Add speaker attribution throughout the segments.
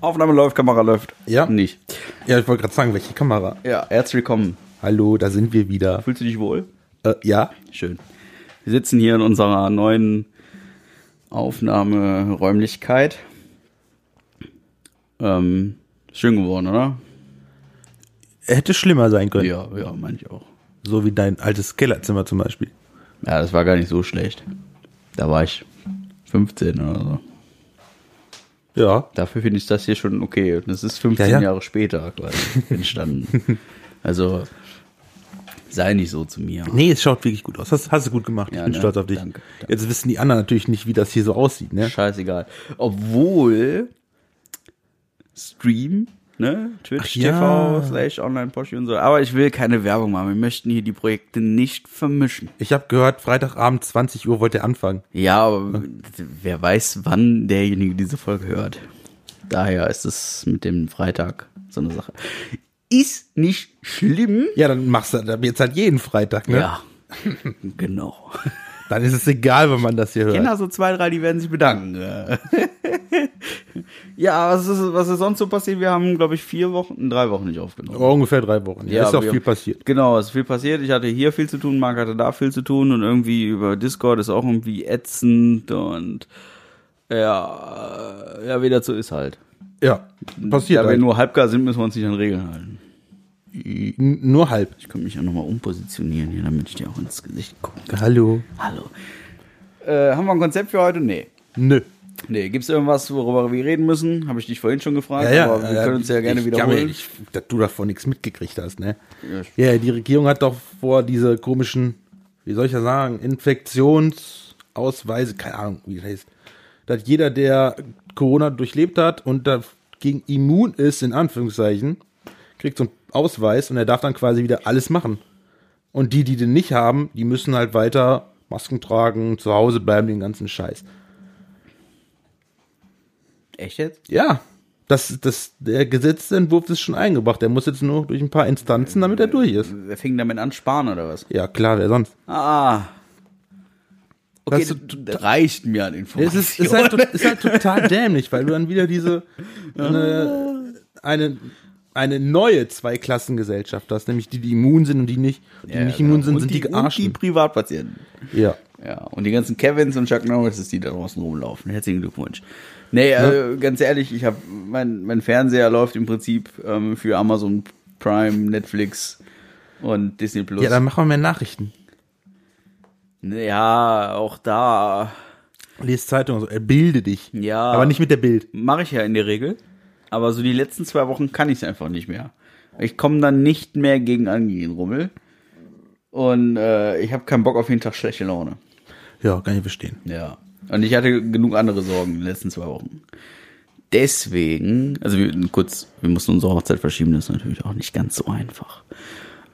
Speaker 1: Aufnahme läuft, Kamera läuft.
Speaker 2: Ja.
Speaker 1: Nicht.
Speaker 2: Ja, ich wollte gerade sagen, welche Kamera?
Speaker 1: Ja, herzlich willkommen.
Speaker 2: Hallo, da sind wir wieder.
Speaker 1: Fühlst du dich wohl?
Speaker 2: Äh, ja,
Speaker 1: Schön. Wir sitzen hier in unserer neuen Aufnahmeräumlichkeit. Ähm, schön geworden, oder?
Speaker 2: hätte schlimmer sein können.
Speaker 1: Ja, ja, meine ich auch.
Speaker 2: So wie dein altes Kellerzimmer zum Beispiel.
Speaker 1: Ja, das war gar nicht so schlecht. Da war ich 15 oder so.
Speaker 2: Ja.
Speaker 1: Dafür finde ich das hier schon okay. Und Das ist 15
Speaker 2: Ja, ja.
Speaker 1: Jahre später gleich entstanden. also sei nicht so zu mir.
Speaker 2: Nee, es schaut wirklich gut aus. Das hast du gut gemacht.
Speaker 1: Ja,
Speaker 2: ich bin
Speaker 1: ne?
Speaker 2: stolz auf dich.
Speaker 1: Danke, danke.
Speaker 2: Jetzt wissen die anderen natürlich nicht, wie das hier so aussieht, ne?
Speaker 1: Scheißegal. Obwohl Stream, ne? Twitch
Speaker 2: Ach ja.
Speaker 1: TV slash online Porsche und so. Aber ich will keine Werbung machen. Wir möchten hier die Projekte nicht vermischen.
Speaker 2: Ich habe gehört, Freitagabend 20 Uhr wollte er anfangen.
Speaker 1: Ja, aber wer weiß, wann derjenige diese Folge hört. Daher ist es mit dem Freitag so eine Sache. Ist nicht schlimm.
Speaker 2: Ja, dann machst du das jetzt halt jeden Freitag, ne?
Speaker 1: Ja. genau.
Speaker 2: Dann ist es egal, wenn man das hier hört.
Speaker 1: Ich kenne da so zwei, drei, die werden sich bedanken. Äh. ja, was ist, was ist sonst so passiert? Wir haben, glaube ich, vier Wochen, drei Wochen nicht aufgenommen.
Speaker 2: Aber Oh, Ungefähr drei Wochen. Ja, ist auch
Speaker 1: wir-
Speaker 2: viel passiert.
Speaker 1: Genau, es ist viel passiert. Ich hatte hier viel zu tun, Marc hatte da viel zu tun und irgendwie über Discord ist auch irgendwie ätzend und ja, ja, wie das so ist halt.
Speaker 2: Ja, passiert.
Speaker 1: da wir
Speaker 2: halt.
Speaker 1: nur halbgar sind, müssen wir uns nicht an Regeln halten.
Speaker 2: N- nur halb.
Speaker 1: Ich könnte mich ja nochmal umpositionieren hier, damit ich dir auch ins Gesicht gucken kann.
Speaker 2: Hallo.
Speaker 1: Hallo. Äh, haben wir ein Konzept für heute? Nee.
Speaker 2: Nö.
Speaker 1: Nee, gibt's irgendwas, worüber wir reden müssen? Habe ich dich vorhin schon gefragt, aber wir können uns ja gerne
Speaker 2: ich kann mir
Speaker 1: wiederholen.
Speaker 2: nicht, dass du davon nichts mitgekriegt hast, ne?
Speaker 1: Ja, ich-
Speaker 2: Ja, die Regierung hat doch vor, diese komischen, wie soll ich das sagen, Infektionsausweise, keine Ahnung, wie das heißt, dass jeder, der Corona durchlebt hat und dagegen immun ist, in Anführungszeichen, kriegt so einen Ausweis und er darf dann quasi wieder alles machen. Und die, die den nicht haben, die müssen halt weiter Masken tragen, zu Hause bleiben, den ganzen Scheiß.
Speaker 1: Echt jetzt?
Speaker 2: Ja, das, das, der Gesetzentwurf ist schon eingebracht. Der muss jetzt nur durch ein paar Instanzen, damit er durch ist.
Speaker 1: Wer fing damit an? Spahn oder was?
Speaker 2: Ja, klar, wer sonst?
Speaker 1: Ah. Okay,
Speaker 2: Das ist
Speaker 1: das, reicht mir an
Speaker 2: Es
Speaker 1: Informationen.
Speaker 2: ist, ist, halt, to- ist halt total dämlich, weil du dann wieder diese eine, eine, eine neue Zweiklassengesellschaft hast, nämlich die, die immun sind und die nicht, die
Speaker 1: Ja,
Speaker 2: nicht
Speaker 1: genau.
Speaker 2: immun sind,
Speaker 1: Und
Speaker 2: sind die,
Speaker 1: die Und die
Speaker 2: gearschten.
Speaker 1: Privatpatienten.
Speaker 2: Ja.
Speaker 1: Ja, und die ganzen Kevins und Chuck Norris, die da draußen rumlaufen. Herzlichen Glückwunsch. Nee, also, ganz ehrlich, ich habe mein, mein Fernseher läuft im Prinzip ähm, für Amazon Prime, Netflix und Disney Plus.
Speaker 2: ja, dann machen wir mehr Nachrichten.
Speaker 1: ja auch da
Speaker 2: Lies Zeitung und so, bilde dich.
Speaker 1: Ja.
Speaker 2: Aber nicht mit der Bild.
Speaker 1: mache ich ja in der Regel. Aber so die letzten zwei Wochen kann ich es einfach nicht mehr. Ich komme dann nicht mehr gegen an gegen Rummel. Und äh, ich habe keinen Bock auf jeden Tag schlechte Laune.
Speaker 2: Ja, kann ich verstehen.
Speaker 1: Ja. Und ich hatte genug andere Sorgen in den letzten zwei Wochen. Deswegen, also wir, kurz, wir mussten unsere Hochzeit verschieben, das ist natürlich auch nicht ganz so einfach.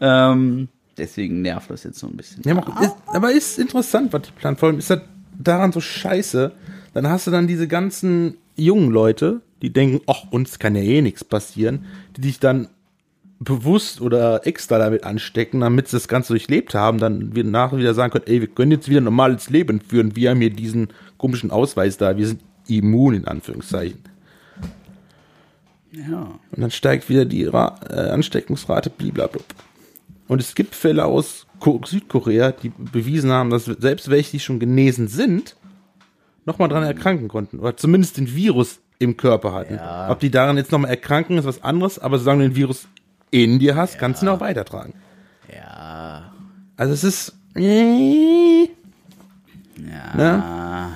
Speaker 1: Ähm, deswegen nervt das jetzt so ein bisschen.
Speaker 2: Ja, aber ist, aber ist interessant, was die planen. Vor allem ist das daran so scheiße. Dann hast du dann diese ganzen jungen Leute, die denken, ach, uns kann ja eh nichts passieren, die dich dann bewusst oder extra damit anstecken, damit sie das Ganze durchlebt haben, dann wir nachher wieder sagen können, ey, wir können jetzt wieder ein normales Leben führen, wir haben hier diesen komischen Ausweis da, wir sind immun in Anführungszeichen.
Speaker 1: Ja.
Speaker 2: Und dann steigt wieder die Ra äh, Ansteckungsrate, blablabla. Und es gibt Fälle aus Ko Südkorea, die bewiesen haben, dass selbst welche, die schon genesen sind, nochmal dran erkranken konnten. Oder zumindest den Virus im Körper hatten.
Speaker 1: Ja.
Speaker 2: Ob die daran jetzt nochmal erkranken, ist was anderes, aber solange du den Virus in dir hast, kannst du ihn auch weitertragen.
Speaker 1: Ja.
Speaker 2: Also es ist. äh, Nee,
Speaker 1: Ja.
Speaker 2: Ne?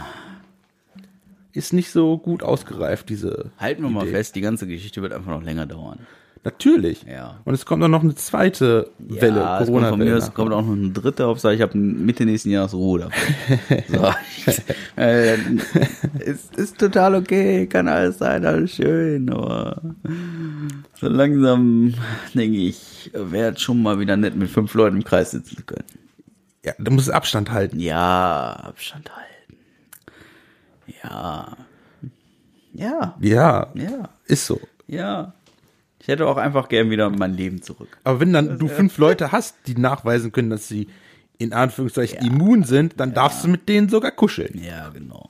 Speaker 2: Ist nicht so gut ausgereift, diese.
Speaker 1: Halten wir mal
Speaker 2: Idee.
Speaker 1: fest, die ganze Geschichte wird einfach noch länger dauern.
Speaker 2: Natürlich.
Speaker 1: Ja.
Speaker 2: Und es kommt dann noch eine zweite Welle,
Speaker 1: ja, es kommt von mir,
Speaker 2: Corona-Welle.
Speaker 1: es kommt auch noch eine dritte, Hauptsache ich habe Mitte nächsten Jahres Ruhe dafür. so, äh, es ist total okay, kann alles sein, alles schön, aber so langsam denke ich, wäre schon mal wieder nett, mit fünf Leuten im Kreis sitzen zu können.
Speaker 2: Ja, du musst Abstand halten.
Speaker 1: Ja, Abstand halten. Ja. Ja,
Speaker 2: Ja,
Speaker 1: ja,
Speaker 2: ist so.
Speaker 1: ja. Ich hätte auch einfach gern wieder mein Leben zurück.
Speaker 2: Aber wenn dann du fünf Leute hast, die nachweisen können, dass sie in Anführungszeichen immun sind, dann darfst du mit denen sogar kuscheln.
Speaker 1: Ja, genau.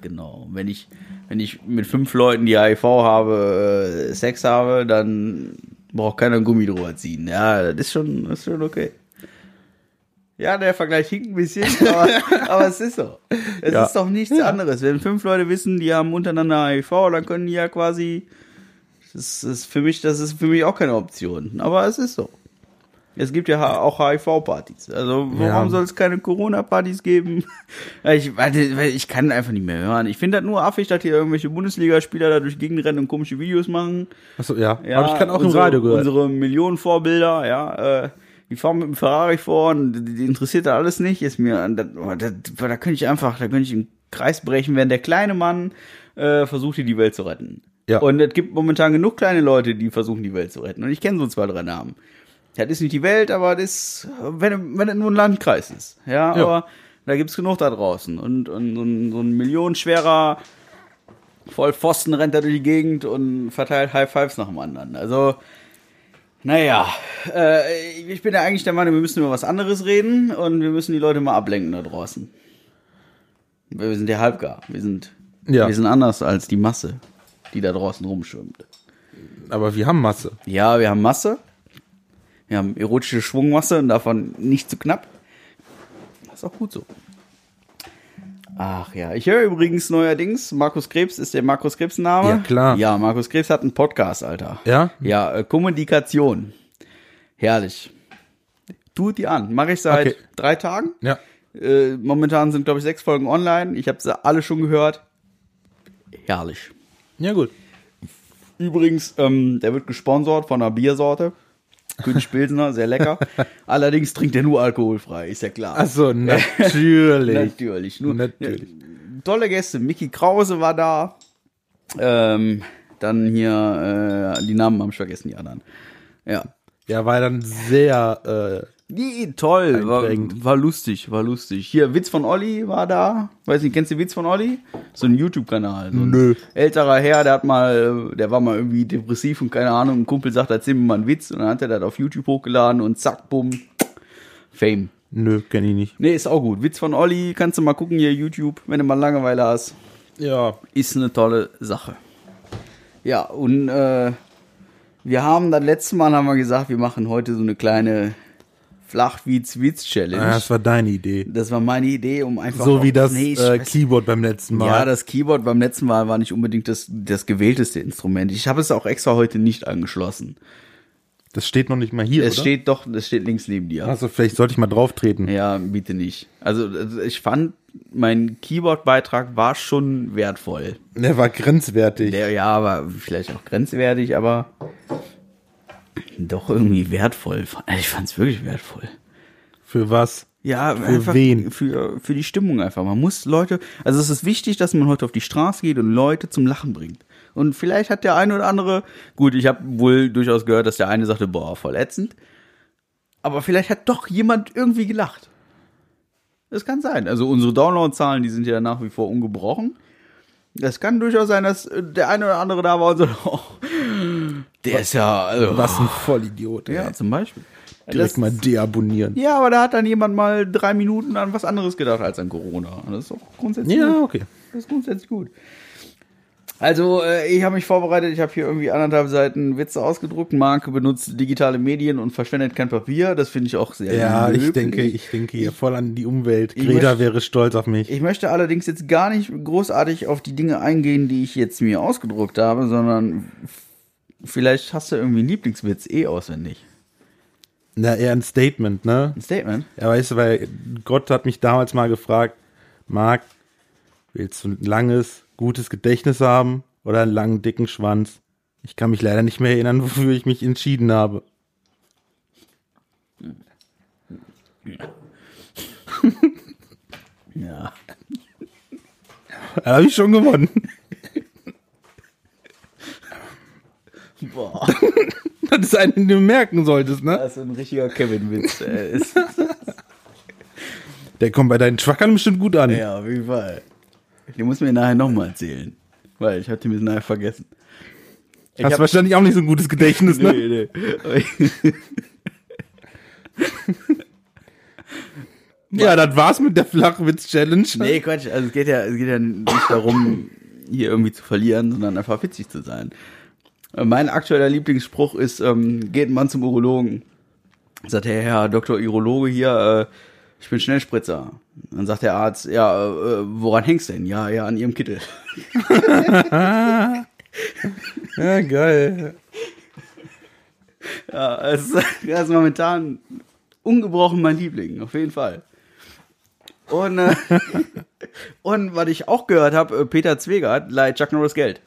Speaker 1: Genau. Wenn ich, wenn ich mit fünf Leuten, die HIV habe, äh, Sex habe, dann braucht keiner einen Gummi drüber ziehen. Ja, das ist schon, das ist schon okay. Ja, der Vergleich hinkt ein bisschen, aber, aber es ist so. Es
Speaker 2: Ja.
Speaker 1: ist doch nichts anderes. Wenn fünf Leute wissen, die haben untereinander HIV, dann können die ja quasi. Das ist für mich, das ist für mich auch keine Option. Aber es ist so. Es gibt ja ha- auch HIV-Partys. Also warum
Speaker 2: Ja.
Speaker 1: soll es keine Corona-Partys geben? Ich, warte, weil ich kann einfach nicht mehr hören. Ich finde das nur affig, dass hier irgendwelche Bundesligaspieler da durch die Gegend rennen und komische Videos machen.
Speaker 2: Achso, ja.
Speaker 1: Ja,
Speaker 2: Hab ich gerade auch
Speaker 1: unsere,
Speaker 2: im Radio gehört.
Speaker 1: Unsere Millionenvorbilder, ja, äh, die fahren mit dem Ferrari vor und die, die interessiert das alles nicht. Ist mir, da, da, da könnte ich einfach, da könnte ich einen Kreis brechen, während der kleine Mann äh, versucht, hier die Welt zu retten.
Speaker 2: Ja.
Speaker 1: Und es gibt momentan genug kleine Leute, die versuchen, die Welt zu retten. Und ich kenne so zwei, drei Namen. Das ist nicht die Welt, aber das ist, wenn, wenn das nur ein Landkreis ist. Ja,
Speaker 2: Ja.
Speaker 1: aber da gibt's genug da draußen. Und, und so, ein, so ein millionenschwerer voll Pfosten rennt er durch die Gegend und verteilt High Fives nach dem anderen. Also, naja, äh, ich bin ja eigentlich der Meinung, wir müssen über was anderes reden und wir müssen die Leute mal ablenken da draußen. Wir sind ja halbgar. Wir sind,
Speaker 2: Ja.
Speaker 1: wir sind anders als die Masse, die da draußen rumschwimmt.
Speaker 2: Aber wir haben Masse.
Speaker 1: Ja, wir haben Masse. Wir haben erotische Schwungmasse und davon nicht zu knapp. Das ist auch gut so. Ach ja, ich höre übrigens neuerdings, Markus Krebs ist der Markus Krebs Name.
Speaker 2: Ja, klar.
Speaker 1: Ja, Markus Krebs hat einen Podcast, Alter.
Speaker 2: Ja?
Speaker 1: Ja, äh, Kommunikation. Herrlich. Tu die an. Mache ich seit
Speaker 2: Okay.
Speaker 1: drei Tagen.
Speaker 2: Ja.
Speaker 1: Äh, momentan sind, glaube ich, sechs Folgen online. Ich habe sie alle schon gehört. Herrlich.
Speaker 2: Ja, gut.
Speaker 1: Übrigens, ähm, der wird gesponsert von einer Biersorte. König Pilsener, sehr lecker. Allerdings trinkt er nur alkoholfrei, ist ja klar.
Speaker 2: Achso, natürlich.
Speaker 1: natürlich. Nur,
Speaker 2: Natürlich.
Speaker 1: Tolle Gäste, Mickey Krause war da. Ähm, dann hier, äh, die Namen habe ich vergessen, die anderen. Ja.
Speaker 2: ja, war dann sehr, äh,
Speaker 1: Nee, toll, war,
Speaker 2: Einprägend.
Speaker 1: war lustig, war lustig. Hier, Witz von Olli war da. Weiß nicht, kennst du Witz von Olli? So ein YouTube-Kanal. So ein
Speaker 2: Nö.
Speaker 1: Älterer Herr, der hat mal, äh, der war mal irgendwie depressiv und keine Ahnung. Ein Kumpel sagt, erzähl mir mal einen Witz. Und dann hat er das auf YouTube hochgeladen und zack, bumm, Fame.
Speaker 2: äh, nö, kenn ich nicht.
Speaker 1: Nee, ist auch gut. Witz von Olli, kannst du mal gucken hier YouTube, wenn du mal Langeweile hast.
Speaker 2: Ja.
Speaker 1: Ist eine tolle Sache. Ja, und äh, wir haben das letzte Mal haben wir gesagt, wir machen heute so eine kleine Flachwitz-Witz-Challenge.
Speaker 2: Ah, das war deine Idee.
Speaker 1: Das war meine Idee, um einfach.
Speaker 2: So wie das
Speaker 1: Nee, ich
Speaker 2: äh,
Speaker 1: weiß-
Speaker 2: Keyboard beim letzten Mal.
Speaker 1: ja, das Keyboard beim letzten Mal war nicht unbedingt das, das gewählteste Instrument. Ich habe es auch extra heute nicht angeschlossen.
Speaker 2: Das steht noch nicht mal hier,
Speaker 1: Es
Speaker 2: oder? Also-
Speaker 1: steht doch, es steht links neben dir.
Speaker 2: Achso, vielleicht sollte ich mal drauf treten.
Speaker 1: Ja, bitte nicht. Also, also ich fand, mein Keyboard-Beitrag war schon wertvoll.
Speaker 2: Der war grenzwertig.
Speaker 1: Der, ja, war vielleicht auch grenzwertig, aber doch irgendwie wertvoll. Also Ich fand es wirklich wertvoll.
Speaker 2: Für was?
Speaker 1: Ja, für
Speaker 2: wen?
Speaker 1: Für, für die Stimmung einfach. Man muss Leute, also es ist wichtig, dass man heute auf die Straße geht und Leute zum Lachen bringt. Und vielleicht hat der eine oder andere, gut, ich habe wohl durchaus gehört, dass der eine sagte, boah, voll ätzend. Aber vielleicht hat doch jemand irgendwie gelacht. Das kann sein. Also unsere Downloadzahlen, die sind ja nach wie vor ungebrochen. Das kann durchaus sein, dass äh, der eine oder andere da war und so, oh, der ist ja, also,
Speaker 2: Was ein Vollidiot.
Speaker 1: ja,
Speaker 2: Ja.
Speaker 1: zum Beispiel.
Speaker 2: Direkt
Speaker 1: Das-
Speaker 2: mal deabonnieren.
Speaker 1: ja, aber da hat dann jemand mal drei Minuten an was anderes gedacht als an Corona. Und das ist auch grundsätzlich,
Speaker 2: Ja,
Speaker 1: gut.
Speaker 2: okay.
Speaker 1: Das ist grundsätzlich gut. Also, äh, ich habe mich vorbereitet, ich habe hier irgendwie anderthalb Seiten Witze ausgedruckt. Marc benutzt digitale Medien und verschwendet kein Papier. Das finde ich auch sehr
Speaker 2: Ja, ich
Speaker 1: löblich.
Speaker 2: denke, ich denke hier voll an die Umwelt.
Speaker 1: Ich
Speaker 2: Greta
Speaker 1: möchte-
Speaker 2: wäre stolz auf mich.
Speaker 1: Ich möchte allerdings jetzt gar nicht großartig auf die Dinge eingehen, die ich jetzt mir ausgedruckt habe, sondern f- vielleicht hast du irgendwie einen Lieblingswitz eh auswendig.
Speaker 2: Na, eher ein Statement, ne?
Speaker 1: Ein Statement?
Speaker 2: Ja, weißt du, weil Gott hat mich damals mal gefragt, Marc, willst du ein langes, gutes Gedächtnis haben oder einen langen, dicken Schwanz? Ich kann mich leider nicht mehr erinnern, wofür ich mich entschieden habe.
Speaker 1: Ja.
Speaker 2: Da habe ich schon gewonnen.
Speaker 1: Boah.
Speaker 2: Das ist ein, den du merken solltest, ne?
Speaker 1: Das ist ein richtiger Kevin-Witz. ey. Ist-
Speaker 2: Der kommt bei deinen Schwackern bestimmt gut an.
Speaker 1: Ja, auf jeden Fall. Die muss mir nachher nochmal erzählen. Weil ich hatte mir nachher vergessen. Ich
Speaker 2: Hast
Speaker 1: hab-
Speaker 2: wahrscheinlich auch nicht so ein gutes Gedächtnis, ne?
Speaker 1: Nee, nee.
Speaker 2: Ja, das war's mit der Flachwitz-Challenge.
Speaker 1: Nee, Quatsch, also es geht ja, es geht ja nicht darum, hier irgendwie zu verlieren, sondern einfach witzig zu sein. Äh, Mein aktueller Lieblingsspruch ist, ähm, geht ein Mann zum Urologen. Sagt der Herr Dr. Urologe hier, äh, ich bin Schnellspritzer. Dann sagt der Arzt, ja, äh, woran hängst du denn? Ja, ja, an ihrem Kittel.
Speaker 2: Ja, geil.
Speaker 1: Ja, es ist, das ist momentan ungebrochen mein Liebling, auf jeden Fall. Und, äh, und was ich auch gehört habe, Peter Zwegert leiht Chuck Norris Geld.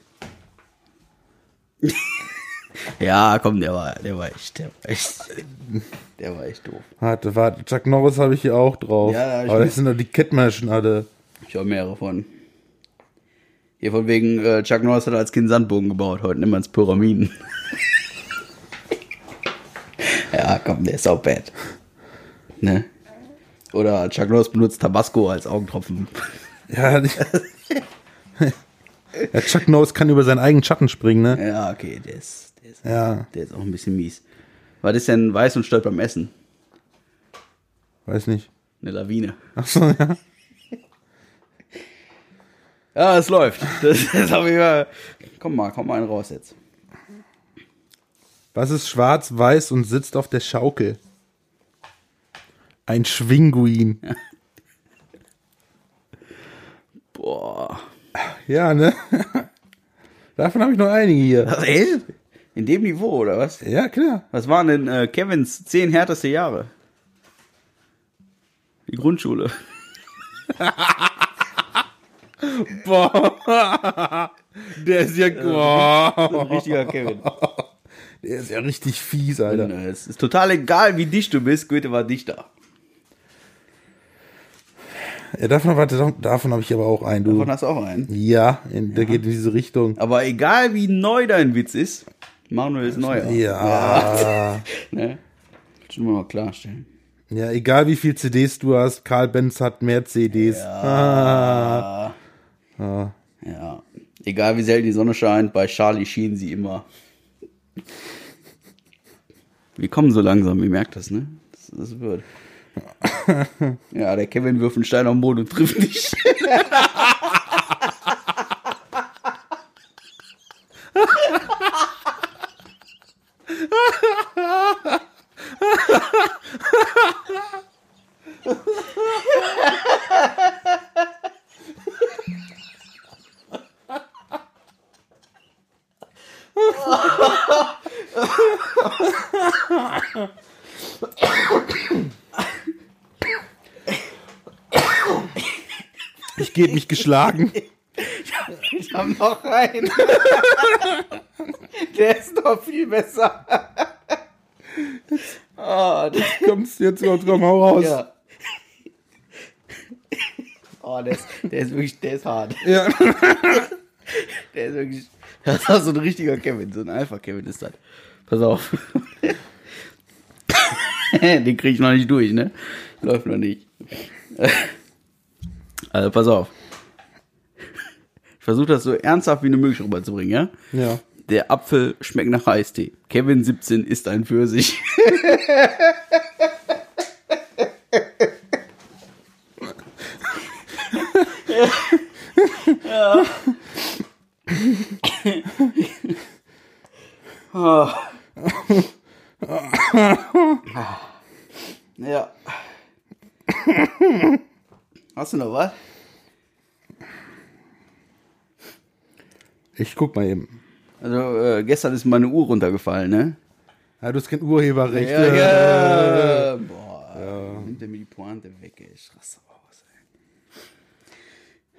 Speaker 1: ja, komm, der war, der war echt, der war echt, der war echt doof.
Speaker 2: Warte, warte, Chuck Norris habe ich hier auch drauf.
Speaker 1: Ja, da hab ich
Speaker 2: Aber
Speaker 1: mit-
Speaker 2: das sind doch die Kettmaschen alle.
Speaker 1: Ich habe mehrere von. Hier von wegen, äh, Chuck Norris hat als Kind Sandbogen gebaut, heute nimmt man's Pyramiden. ja, komm, der ist auch bad. Ne? Oder Chuck Norris benutzt Tabasco als Augentropfen.
Speaker 2: Ja, die- ja, Chuck Norris kann über seinen eigenen Schatten springen, ne?
Speaker 1: Ja, okay, der ist, der ist,
Speaker 2: Ja.
Speaker 1: der ist auch ein bisschen mies. Was ist denn weiß und stört beim Essen?
Speaker 2: Weiß nicht.
Speaker 1: Eine Lawine.
Speaker 2: Achso, ja.
Speaker 1: Ja, Ah, es läuft. Das, das hab ich mal. Komm mal, komm mal einen raus jetzt.
Speaker 2: Was ist schwarz, weiß und sitzt auf der Schaukel? Ein Schwinguin.
Speaker 1: Boah.
Speaker 2: Ja, ne? Davon habe ich noch einige hier.
Speaker 1: Was, ey? In dem Niveau, oder was?
Speaker 2: Ja, klar.
Speaker 1: Was waren denn äh, Kevins zehn härteste Jahre? Die Grundschule.
Speaker 2: Der ist ja. Wow.
Speaker 1: Ein richtiger Kevin.
Speaker 2: Der ist ja richtig fies, Alter.
Speaker 1: Äh, Es ist total egal, wie dicht du bist. Goethe war dichter.
Speaker 2: Ja, davon, warte, davon habe ich aber auch einen, du.
Speaker 1: Davon hast du auch einen.
Speaker 2: Ja, in, der geht in diese Richtung.
Speaker 1: Aber egal, wie neu dein Witz ist, Manuel ist neuer.
Speaker 2: Ja.
Speaker 1: Ne? Schon mal klarstellen.
Speaker 2: Ja, egal wie viel CDs du hast, Karl Benz hat mehr CDs.
Speaker 1: Ja. Egal, wie selten die Sonne scheint, bei Charlie schien sie immer. Wir kommen so langsam, ihr merkt das, ne? Das, das wird. Ja, der Kevin wirft einen Stein auf den Boden und trifft nicht.
Speaker 2: Ich gebe mich geschlagen.
Speaker 1: Ich hab noch einen. Der ist noch viel besser. Oh, das,
Speaker 2: Kommst du jetzt überhaupt komm, hau raus.
Speaker 1: ja. Oh, der ist, der ist wirklich, der ist hart.
Speaker 2: Ja.
Speaker 1: Der ist wirklich. Das war so ein richtiger Kevin, so ein Alpha-Kevin ist das. Pass auf. Den krieg ich noch nicht durch, ne? Läuft noch nicht. Also, pass auf. Ich versuche das so ernsthaft wie nur möglich rüberzubringen, ja?
Speaker 2: Ja.
Speaker 1: Der Apfel schmeckt nach Eistee. Kevin 17 ist ein Pfirsich. ja. ja. Hast du noch was?
Speaker 2: Ich guck mal eben.
Speaker 1: Also äh, gestern ist meine Uhr runtergefallen, ne?
Speaker 2: Ja, du hast kein Urheberrecht.
Speaker 1: Ja,
Speaker 2: Äh,
Speaker 1: ja. Boah, nimmt er mir die Pointe weg, ey. Ich raste aus,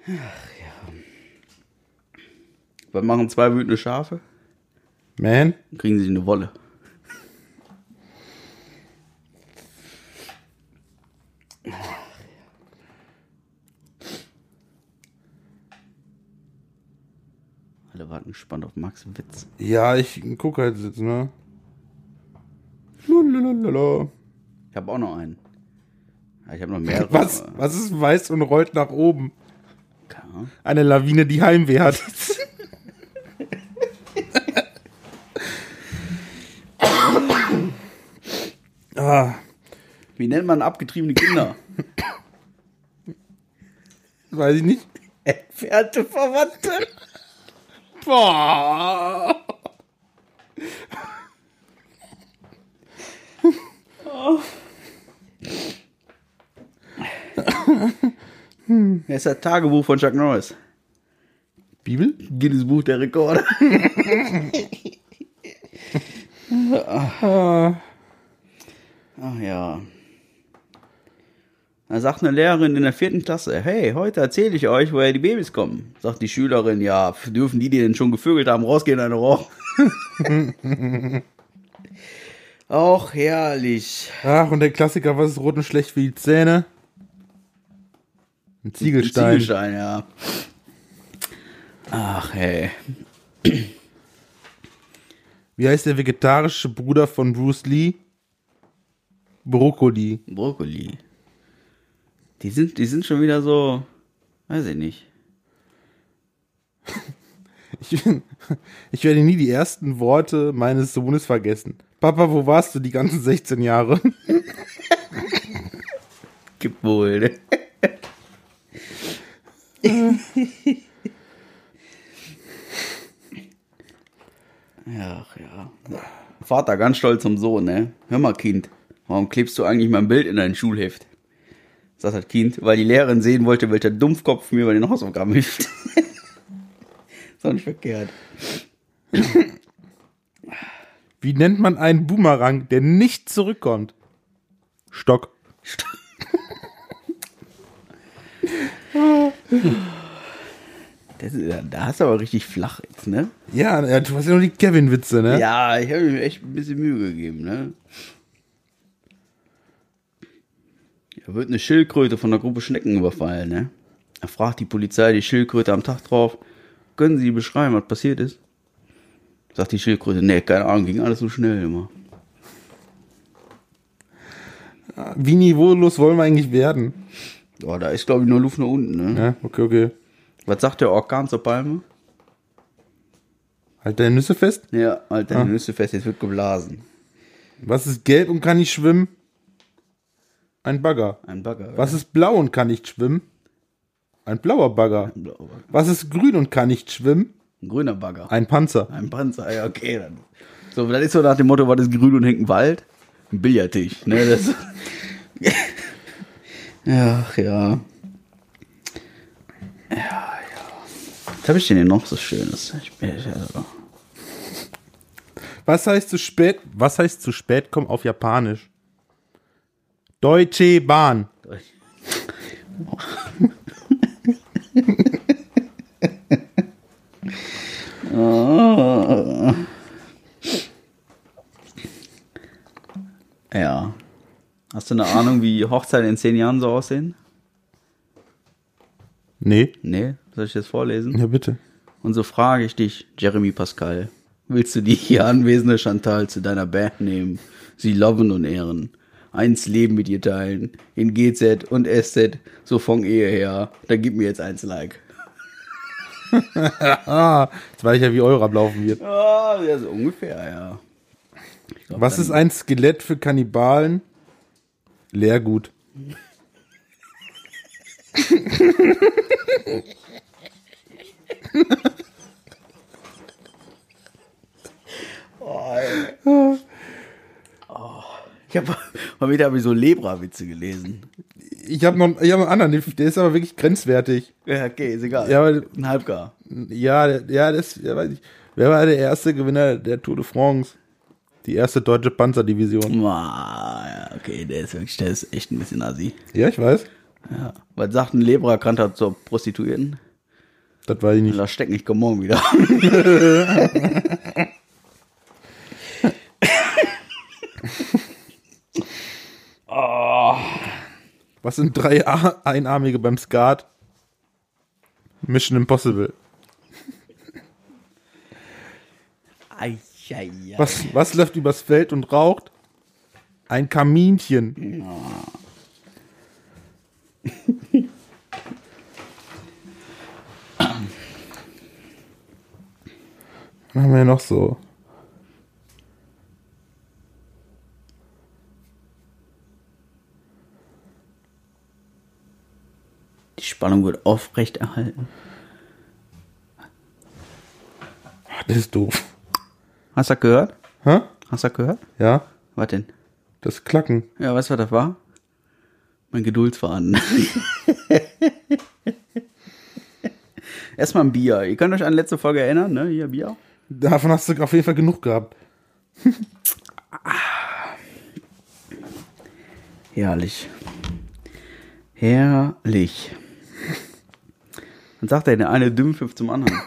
Speaker 1: ey. Ach ja. Was machen zwei wütende Schafe?
Speaker 2: Man?
Speaker 1: Dann kriegen sie eine Wolle. Alle warten gespannt auf Max Witz.
Speaker 2: Ja, ich guck halt jetzt, ne? Lalalala.
Speaker 1: Ich habe auch noch einen. Ja, Ich habe noch mehrere.
Speaker 2: Was,
Speaker 1: aber-
Speaker 2: was ist weiß und rollt nach oben?
Speaker 1: Keine Ahnung.
Speaker 2: Eine Lawine, die Heimweh hat. ah, Ah,
Speaker 1: Wie Wie nennt man abgetriebene Kinder?
Speaker 2: Weiß ich nicht.
Speaker 1: Entfernte Verwandte.
Speaker 2: Boah.
Speaker 1: Das ist das Tagebuch von Chuck Norris.
Speaker 2: Bibel?
Speaker 1: Guinness Buch der Rekorde. Ach ja. Da sagt eine Lehrerin in der vierten Klasse, hey, heute erzähle ich euch, woher die Babys kommen. Sagt die Schülerin, ja, pf, dürfen die, die denn schon gevögelt haben, rausgehen eine Rauch. Auch herrlich.
Speaker 2: Ach, und der Klassiker, was ist rot und schlecht für die Zähne? Ein Ziegelstein.
Speaker 1: Ziegelstein, ja. Ach, hey.
Speaker 2: Wie heißt der vegetarische Bruder von Bruce Lee? Brokkoli.
Speaker 1: Brokkoli. Die sind, die sind schon wieder so, weiß ich nicht.
Speaker 2: Ich, ich werde nie die ersten Worte meines Sohnes vergessen. Papa, wo warst du die ganzen 16 Jahre?
Speaker 1: Gibt wohl. Ne? Ach ja. Vater ganz stolz zum Sohn, ne? Hör mal, Kind, warum klebst du eigentlich mein Bild in dein Schulheft? Sagt das Kind, weil die Lehrerin sehen wollte, welcher Dumpfkopf mir bei den Hausaufgaben hilft. ist auch nicht verkehrt.
Speaker 2: Wie nennt man einen Boomerang, der nicht zurückkommt? Stock.
Speaker 1: Das, ist- da hast du aber richtig flach jetzt, ne?
Speaker 2: Ja, ja, du hast ja nur die Kevin-Witze, ne?
Speaker 1: Ja, ich habe mir echt ein bisschen Mühe gegeben, ne? Da wird eine Schildkröte von einer Gruppe Schnecken überfallen, ne? Da fragt die Polizei die Schildkröte am Tag drauf, können Sie beschreiben, was passiert ist? Sagt die Schildkröte, nee, keine Ahnung, ging alles so schnell immer.
Speaker 2: Wie niveaulos wollen wir eigentlich werden?
Speaker 1: Boah, da ist, glaube ich, nur Luft nach unten, ne?
Speaker 2: Ja, okay, okay.
Speaker 1: Was sagt der Orkan zur Palme?
Speaker 2: Halt deine Nüsse fest.
Speaker 1: Ja, Alter,
Speaker 2: Ah.
Speaker 1: die Nüsse fest, jetzt wird geblasen.
Speaker 2: Was ist gelb und kann nicht schwimmen? Ein Bagger.
Speaker 1: Ein Bagger.
Speaker 2: Was ist blau und kann nicht schwimmen? Ein blauer Bagger.
Speaker 1: oder? Ein Bagger.
Speaker 2: Was ist grün und kann nicht schwimmen?
Speaker 1: Ein grüner Bagger.
Speaker 2: Ein Panzer.
Speaker 1: Ein Panzer, ja, okay. Dann. So, das ist so nach dem Motto, was ist grün und hängt ein Wald? Ein Billardtisch, ne? Das Ach ja. Ja, ja. Was habe ich denn hier noch so Schönes? Ich bin ich, also,
Speaker 2: Was heißt zu spät? Was heißt zu spät kommen auf Japanisch? Deutsche Bahn.
Speaker 1: ja. Hast du eine Ahnung, wie Hochzeiten in zehn Jahren so aussehen?
Speaker 2: Nee.
Speaker 1: Nee, soll ich das vorlesen?
Speaker 2: Ja, bitte.
Speaker 1: Und so frage ich dich, Jeremy Pascal, willst du die hier anwesende Chantal zu deiner Band nehmen, sie loben und ehren, eins Leben mit ihr teilen, in GZ und SZ, so von Ehe her, dann gib mir jetzt eins Like.
Speaker 2: Ah, jetzt weiß ich ja, wie eurer ablaufen wird.
Speaker 1: Ah, ja, so ungefähr, ja. Ich glaub,
Speaker 2: Was
Speaker 1: dann-
Speaker 2: ist ein Skelett für Kannibalen? Leergut.
Speaker 1: Ich habe mal wieder hab ich so Lebra-Witze gelesen.
Speaker 2: Ich habe noch, ich hab noch einen anderen, der ist aber wirklich grenzwertig.
Speaker 1: Ja, okay, ist egal.
Speaker 2: Ja, aber-
Speaker 1: ein Halbgar.
Speaker 2: Ja, der- ja, das, ja, weiß ich. Wer war der erste Gewinner der Tour de France? Die erste deutsche Panzerdivision.
Speaker 1: Ah, ja, okay, der ist wirklich, der ist echt ein bisschen assi.
Speaker 2: Ja, ich weiß.
Speaker 1: Ja. Was sagt ein Lebra-Kranter zur Prostituierten?
Speaker 2: Das weiß ich nicht.
Speaker 1: Da steckt nicht, komm morgen wieder.
Speaker 2: Was sind drei A Einarmige beim Skat? Mission Impossible.
Speaker 1: Ei, ei, ei.
Speaker 2: Was, was läuft übers Feld und raucht? Ein Kaminchen. Was haben wir denn noch so?
Speaker 1: Spannung wird aufrechterhalten.
Speaker 2: Ach, Ah, das ist doof.
Speaker 1: Hast du das gehört?
Speaker 2: Hä?
Speaker 1: Hast du das gehört?
Speaker 2: Ja,
Speaker 1: Was denn?
Speaker 2: das Klacken.
Speaker 1: Ja, weißt du, was das war? Mein Geduldsfaden. Erstmal ein Bier. Ihr könnt euch an letzte Folge erinnern, ne? Hier Bier.
Speaker 2: Davon hast du auf jeden Fall genug gehabt.
Speaker 1: Herrlich. Herrlich. Dann sagt er der eine Dümpfiff zum anderen.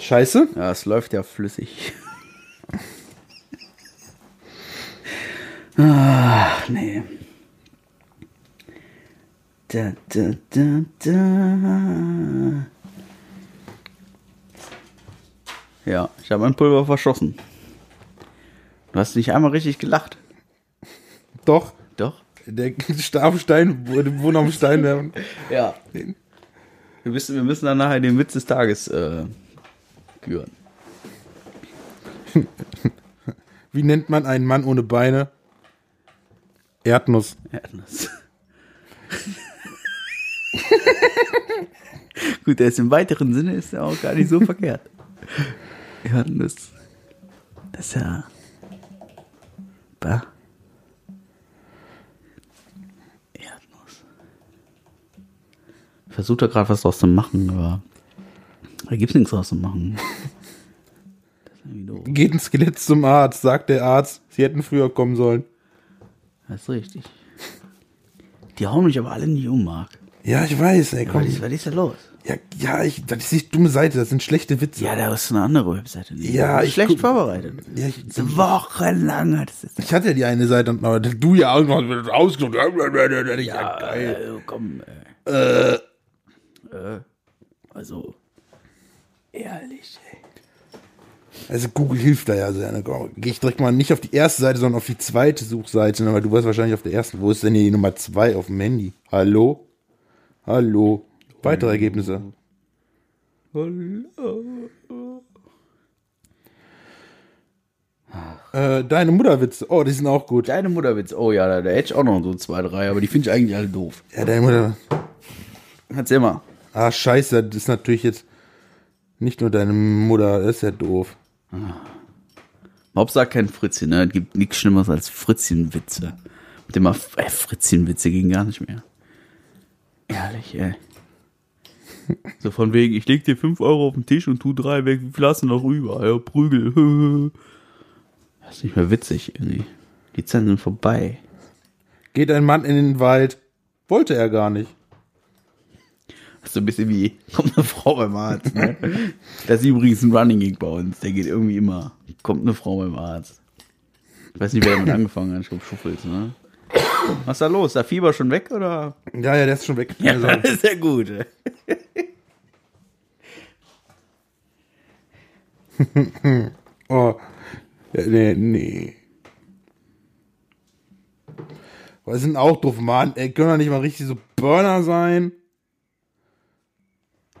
Speaker 2: Scheiße?
Speaker 1: Ja, es läuft ja flüssig. Ach, Ah, nee. Da, da, da, da. Ja, ich habe mein Pulver verschossen. Du hast nicht einmal richtig gelacht.
Speaker 2: Doch.
Speaker 1: Doch?
Speaker 2: Der Stabstein wurde wurde auf den Stein werfen.
Speaker 1: Ja. Wir müssen, wir müssen dann nachher den Witz des Tages äh, führen.
Speaker 2: Wie nennt man einen Mann ohne Beine? Erdnuss.
Speaker 1: Erdnuss. Gut, der ist im weiteren Sinne ist ja auch gar nicht so verkehrt. Erdnuss. Das ist ja. Bah. Erdnuss. Versucht da gerade was draus zu machen, aber da gibt's nichts draus zu machen. Das ist irgendwie doof.
Speaker 2: Geht ein Skelett zum Arzt, sagt der Arzt. Sie hätten früher kommen sollen.
Speaker 1: Das ist richtig. Die hauen mich aber alle nicht um, Marc.
Speaker 2: Ja, ich weiß, ey,
Speaker 1: Was
Speaker 2: komm.
Speaker 1: ist, was ist da los?
Speaker 2: Ja, ja, ich, das ist die dumme Seite, das sind schlechte Witze.
Speaker 1: Ja, da ist eine andere Webseite. Die
Speaker 2: Ja,
Speaker 1: ist
Speaker 2: ich
Speaker 1: schlecht
Speaker 2: guck-
Speaker 1: vorbereitet.
Speaker 2: Ja, ich-
Speaker 1: Wochenlang hat es das.
Speaker 2: Ich hatte ja die eine Seite, aber du ja auch noch mit rausgesucht. Ja, geil.
Speaker 1: Also, komm. Äh. Äh. Also. Ehrlich, ey.
Speaker 2: Also Google hilft da ja sehr. Ne? Gehe ich direkt mal nicht auf die erste Seite, sondern auf die zweite Suchseite, ne? weil du warst wahrscheinlich auf der ersten. Wo ist denn hier die Nummer zwei auf dem Handy? Hallo? Hallo? Weitere Ergebnisse. Äh, deine Mutterwitze. Oh, die sind auch gut.
Speaker 1: Deine Mutterwitz. Oh ja, da, da hätte ich auch noch so zwei, drei, aber die finde ich eigentlich alle doof.
Speaker 2: Ja, deine Mutter.
Speaker 1: Hat's immer.
Speaker 2: Ah, scheiße, das ist natürlich jetzt nicht nur deine Mutter, das ist ja doof.
Speaker 1: Hauptsache kein Fritzchen, ne? Es gibt nichts Schlimmeres als Fritzchenwitze. Mit dem mal, ey, Fritzchenwitze gehen gar nicht mehr. Ehrlich, ey. So von wegen, ich leg dir 5 Euro auf den Tisch und tu 3 weg, wie viel hast du noch rüber? Ja, Prügel. Das ist nicht mehr witzig irgendwie. Die Zeiten sind vorbei.
Speaker 2: Geht ein Mann in den Wald, wollte er gar nicht.
Speaker 1: Das ist so ein bisschen wie, kommt eine Frau beim Arzt, ne? Das ist übrigens ein Running Gig bei uns. Der geht irgendwie immer. Kommt eine Frau beim Arzt. Ich weiß nicht, wer damit angefangen hat. Ich glaube, Schuffels, ne? Was ist da los? Ist der Fieber schon weg oder?
Speaker 2: Ja, ja, der ist schon weg. Also,
Speaker 1: das ist ja gut.
Speaker 2: oh. Ja, nee, nee. Was sind auch doof, Mann? Ey, können wir nicht mal richtig so Burner sein?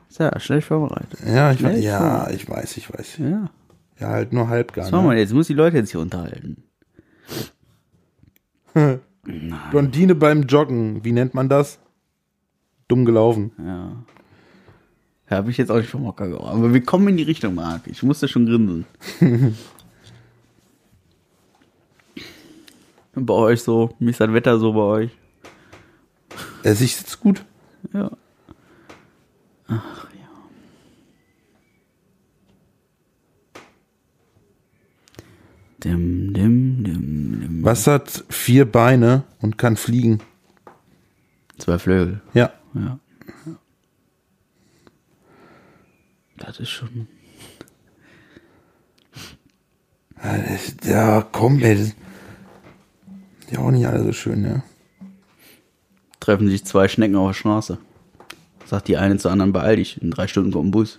Speaker 1: Ist ja schlecht vorbereitet.
Speaker 2: Ja, ich weiß.
Speaker 1: Schnell
Speaker 2: Ja, ich weiß, ich weiß.
Speaker 1: Ja.
Speaker 2: Ja, halt nur halb gar
Speaker 1: Was machen
Speaker 2: nicht.
Speaker 1: wir jetzt? Muss die Leute jetzt hier unterhalten.
Speaker 2: Blondine beim Joggen, wie nennt man das? Dumm gelaufen.
Speaker 1: Ja. Da habe ich jetzt auch nicht vom Hocker gehauen. Aber wir kommen in die Richtung, Marc. Ich musste schon grinsen. Und bei euch so, wie ist das Wetter so bei euch?
Speaker 2: Es ist jetzt gut.
Speaker 1: Ja. Dim, dim, dim, dim.
Speaker 2: Was hat vier Beine und kann fliegen?
Speaker 1: Zwei Flügel.
Speaker 2: Ja.
Speaker 1: Ja. Das ist schon.
Speaker 2: Ja, das- Ja, komm, ey. das- Ja, auch nicht alle so schön, ne? ja.
Speaker 1: Treffen sich zwei Schnecken auf der Straße. Sagt die eine zur anderen, beeil dich. In drei Stunden kommt ein Bus.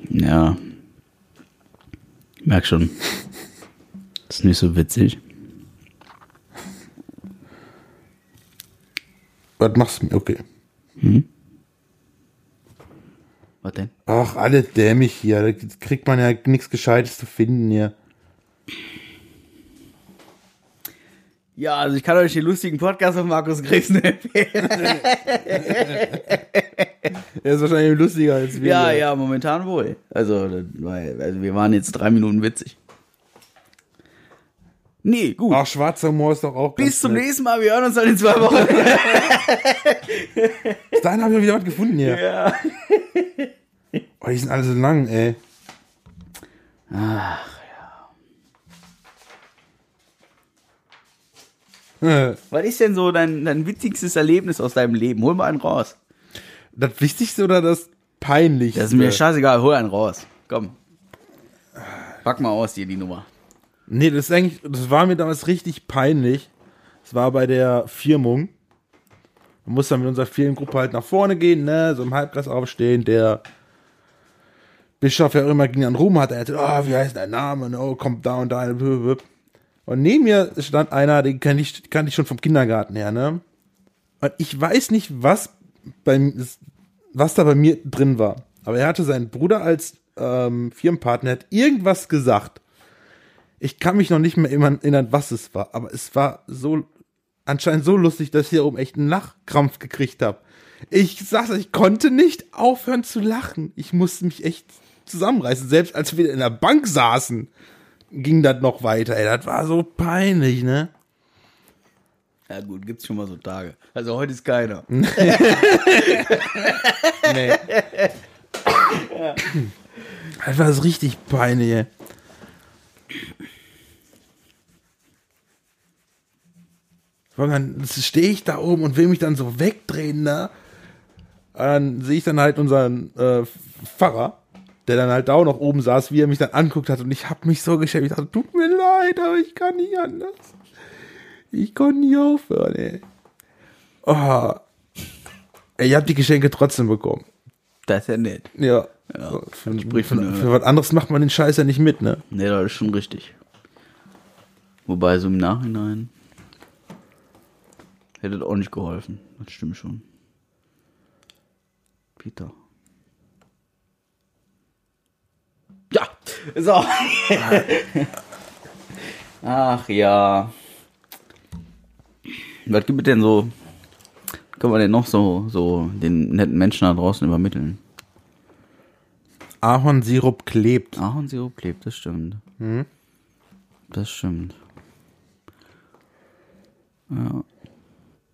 Speaker 1: äh. ja. Merk schon. Ist nicht so witzig.
Speaker 2: Was machst du mir? Okay.
Speaker 1: Was denn?
Speaker 2: Ach, alle dämlich hier. Da kriegt man ja nichts Gescheites zu finden hier.
Speaker 1: Ja, also ich kann euch den lustigen Podcast von Markus Gräfsen empfehlen.
Speaker 2: Er ist wahrscheinlich lustiger als wir.
Speaker 1: Ja, ja, momentan wohl. Also, das war- also wir waren jetzt drei Minuten witzig. Nee, gut.
Speaker 2: Ach, schwarzer Humor ist doch auch
Speaker 1: Bis
Speaker 2: ganz
Speaker 1: zum
Speaker 2: nett.
Speaker 1: nächsten Mal. Wir hören uns dann in zwei Wochen.
Speaker 2: Bis dahin habe ich wieder was gefunden hier.
Speaker 1: Ja.
Speaker 2: Oh, die sind alle so lang, ey. Ach ja.
Speaker 1: Was ist denn so dein, dein witzigstes Erlebnis aus deinem Leben? Hol mal einen raus.
Speaker 2: Das Wichtigste oder das Peinlichste?
Speaker 1: Das ist mir scheißegal. Hol einen raus. Komm. Pack mal aus dir die Nummer.
Speaker 2: Nee, das ist eigentlich, das war mir damals richtig peinlich. Es war bei der Firmung. Man muss dann mit unserer Firmengruppe halt nach vorne gehen, ne, so im Halbglas aufstehen. Der Bischof, der auch immer gegen den Ruhm hatte, er hatte, oh, wie heißt dein Name? Und, Oh, kommt da und da. blub, blub, blub. Und neben mir stand einer, den kannte ich, kannte ich schon vom Kindergarten her, ne? Und ich weiß nicht, was, bei, was da bei mir drin war. Aber er hatte seinen Bruder als ähm, Firmenpartner, hat irgendwas gesagt. Ich kann mich noch nicht mehr immer erinnern, was es war, aber es war so anscheinend so lustig, dass ich hier oben echt einen Lachkrampf gekriegt habe. Ich sag's, euch, ich konnte nicht aufhören zu lachen. Ich musste mich echt zusammenreißen. Selbst als wir in der Bank saßen, ging das noch weiter. Ey, das war so peinlich, ne?
Speaker 1: Ja gut, gibt's schon mal so Tage. Also heute ist keiner.
Speaker 2: Nee. Das war so richtig peinlich. ey. Weil dann stehe ich da oben und will mich dann so wegdrehen, ne? Und dann sehe ich dann halt unseren äh, Pfarrer, der dann halt da auch noch oben saß, wie er mich dann anguckt hat. Und ich habe mich so geschämt. Ich dachte, tut mir leid, aber ich kann nicht anders. Ich konnte nie aufhören, ey. Oh. Ey, Ich habe die Geschenke trotzdem bekommen.
Speaker 1: Das ist ja nett.
Speaker 2: Ja. für,
Speaker 1: sprich
Speaker 2: für,
Speaker 1: für eine-
Speaker 2: für was anderes macht man den Scheiß ja nicht mit, ne?
Speaker 1: Nee, das ist schon richtig. Wobei, so im Nachhinein hätte das auch nicht geholfen. Das stimmt schon. Peter. Ja, so. Ach ja. Was gibt es denn so? Kann man denn noch so, so den netten Menschen da draußen übermitteln?
Speaker 2: Ahornsirup klebt.
Speaker 1: Ahornsirup klebt, das stimmt. Das stimmt. Ja.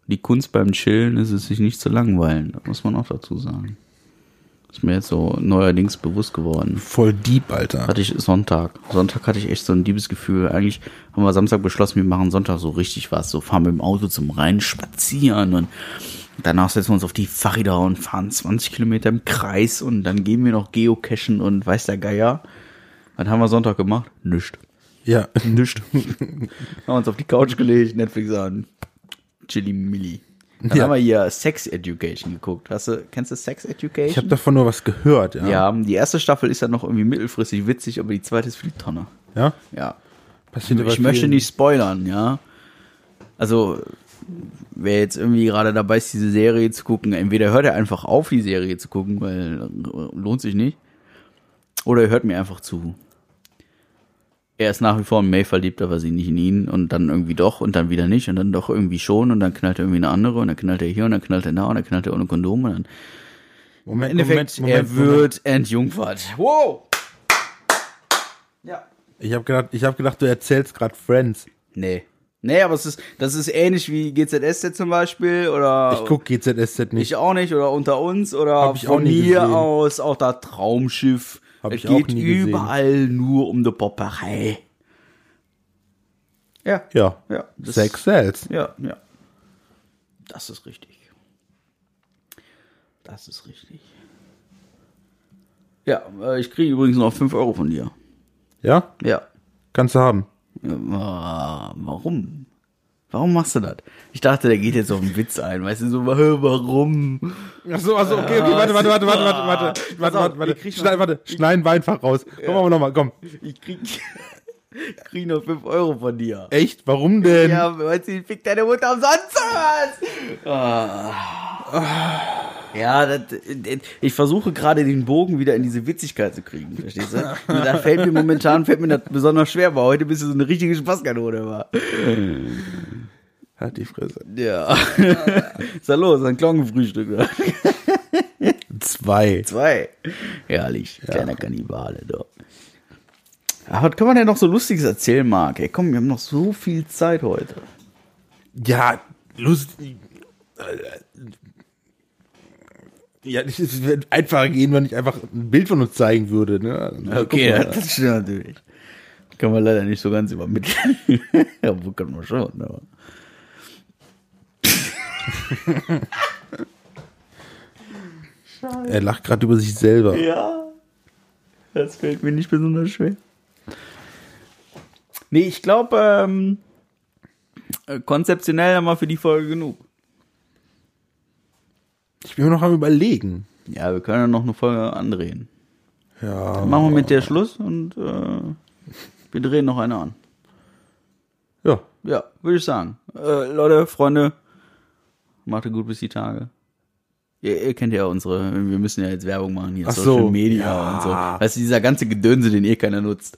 Speaker 1: Die Kunst beim Chillen ist es, sich nicht zu langweilen. Das muss man auch dazu sagen. Ist mir jetzt so neuerdings bewusst geworden.
Speaker 2: Voll deep, Alter.
Speaker 1: Hatte ich Sonntag. Sonntag hatte ich echt so ein Liebesgefühl. Eigentlich haben wir Samstag beschlossen, wir machen Sonntag so richtig was. So fahren mit dem Auto zum Rhein spazieren und danach setzen wir uns auf die Fahrräder und fahren 20 Kilometer im Kreis und dann gehen wir noch geocachen und weiß der Geier. Was haben wir Sonntag gemacht? Nischt.
Speaker 2: Ja.
Speaker 1: Nischt. haben uns auf die Couch gelegt, Netflix an. Chili Milli. Dann
Speaker 2: Ja.
Speaker 1: haben wir hier Sex Education geguckt. Hast du, kennst du Sex Education?
Speaker 2: Ich habe davon nur was gehört, ja.
Speaker 1: ja, die erste Staffel ist ja noch irgendwie mittelfristig witzig, aber die zweite ist für die Tonne.
Speaker 2: ja?
Speaker 1: Ja.
Speaker 2: Passiert aber
Speaker 1: Ich möchte
Speaker 2: vielen.
Speaker 1: nicht spoilern, ja. Also, wer jetzt irgendwie gerade dabei ist, diese Serie zu gucken, entweder hört er einfach auf, die Serie zu gucken, weil äh, lohnt sich nicht. Oder er hört mir einfach zu. Er ist nach wie vor in May verliebt, aber sie nicht in ihn und dann irgendwie doch und dann wieder nicht und dann doch irgendwie schon und dann knallt er irgendwie eine andere und dann knallt er hier und dann knallt er da und dann knallt er ohne Kondom und dann
Speaker 2: Moment,
Speaker 1: im Endeffekt, er wird entjungfert. Wow! Ja.
Speaker 2: Ich habe gedacht, ich hab gedacht, du erzählst gerade Friends.
Speaker 1: Nee. Nee, aber es ist, das ist ähnlich wie GZSZ zum Beispiel oder
Speaker 2: Ich guck GZSZ nicht.
Speaker 1: ich auch nicht oder unter uns oder
Speaker 2: Hab ich auch
Speaker 1: von
Speaker 2: nie
Speaker 1: mir
Speaker 2: gesehen.
Speaker 1: aus auch da Traumschiff.
Speaker 2: Hab
Speaker 1: es
Speaker 2: ich auch
Speaker 1: geht
Speaker 2: nie gesehen.
Speaker 1: überall nur um die Popperei. Ja.
Speaker 2: ja.
Speaker 1: Ja, das-
Speaker 2: Sex sells.
Speaker 1: Ja, ja. Das ist richtig. Das ist richtig. Ja, äh, ich kriege übrigens noch 5 Euro von dir.
Speaker 2: Ja?
Speaker 1: Ja.
Speaker 2: Kannst du haben.
Speaker 1: Äh, Warum? Warum machst du das? Ich dachte, der geht jetzt auf den Witz ein, weißt du, so, "Hä, warum?
Speaker 2: Ach so, ach so, okay, okay, warte, warte, warte, warte, warte, warte,
Speaker 1: Pass
Speaker 2: warte,
Speaker 1: auf,
Speaker 2: warte,
Speaker 1: wir
Speaker 2: warte,
Speaker 1: kriegen
Speaker 2: schneid, warte, schneiden wir einfach raus. Komm aber nochmal, komm.
Speaker 1: Ich krieg, ich krieg nur 5 Euro von dir.
Speaker 2: Echt? Warum denn?
Speaker 1: Ja, weißt du, ich fick deine Mutter umsonst oder was? Ah. Ja, das, das, ich versuche gerade den Bogen wieder in diese Witzigkeit zu kriegen, verstehst du? Und da fällt mir momentan fällt mir das besonders schwer, weil heute bist du so eine richtige Spaßkanone war.
Speaker 2: Halt die Fresse.
Speaker 1: Ja. Ist da los, ein Klongenfrühstück. oder?
Speaker 2: Zwei.
Speaker 1: Zwei. Herrlich, kleiner Kannibale, doch. Aber was kann man denn noch so Lustiges erzählen, Marc? Ey, komm, wir haben noch so viel Zeit heute.
Speaker 2: Ja, lustig. Ja, es wird einfacher gehen, wenn ich einfach ein Bild von uns zeigen würde. Ne? Dann
Speaker 1: Okay,
Speaker 2: guck mal.
Speaker 1: das stimmt natürlich. Kann man leider nicht so ganz übermitteln. Obwohl kann man schon, aber.
Speaker 2: Er lacht gerade über sich selber.
Speaker 1: Ja, das fällt mir nicht besonders schwer. Nee, ich glaube, ähm, äh, konzeptionell haben wir für die Folge genug.
Speaker 2: Ich bin mir noch am überlegen.
Speaker 1: Ja, wir können ja noch eine Folge andrehen.
Speaker 2: Ja.
Speaker 1: Machen wir mit der Schluss und äh, wir drehen noch eine an.
Speaker 2: Ja.
Speaker 1: Ja, würde ich sagen. Äh, Leute, Freunde, macht es gut bis die Tage. Ihr, ihr kennt ja unsere, wir müssen ja jetzt Werbung machen hier,
Speaker 2: Ach
Speaker 1: Social
Speaker 2: so,
Speaker 1: Media
Speaker 2: ja.
Speaker 1: und so. Weißt du, dieser ganze Gedönse, den eh keiner nutzt.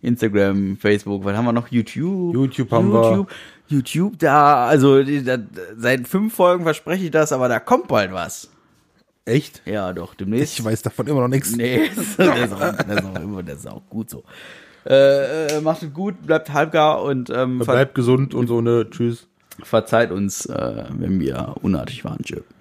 Speaker 1: Instagram, Facebook, was haben wir noch? YouTube.
Speaker 2: YouTube haben wir.
Speaker 1: YouTube, YouTube, da, also die- da, seit fünf Folgen verspreche ich das, aber da kommt bald was.
Speaker 2: Echt?
Speaker 1: Ja, doch, demnächst.
Speaker 2: Ich weiß davon immer noch nichts.
Speaker 1: Nee, das ist auch, das ist auch, immer, das ist auch gut so. Äh, äh, macht es gut, bleibt halbgar und ähm, ver
Speaker 2: Bleib gesund und so, ne? Tschüss.
Speaker 1: verzeiht uns, äh, wenn wir unartig waren. Tschüss.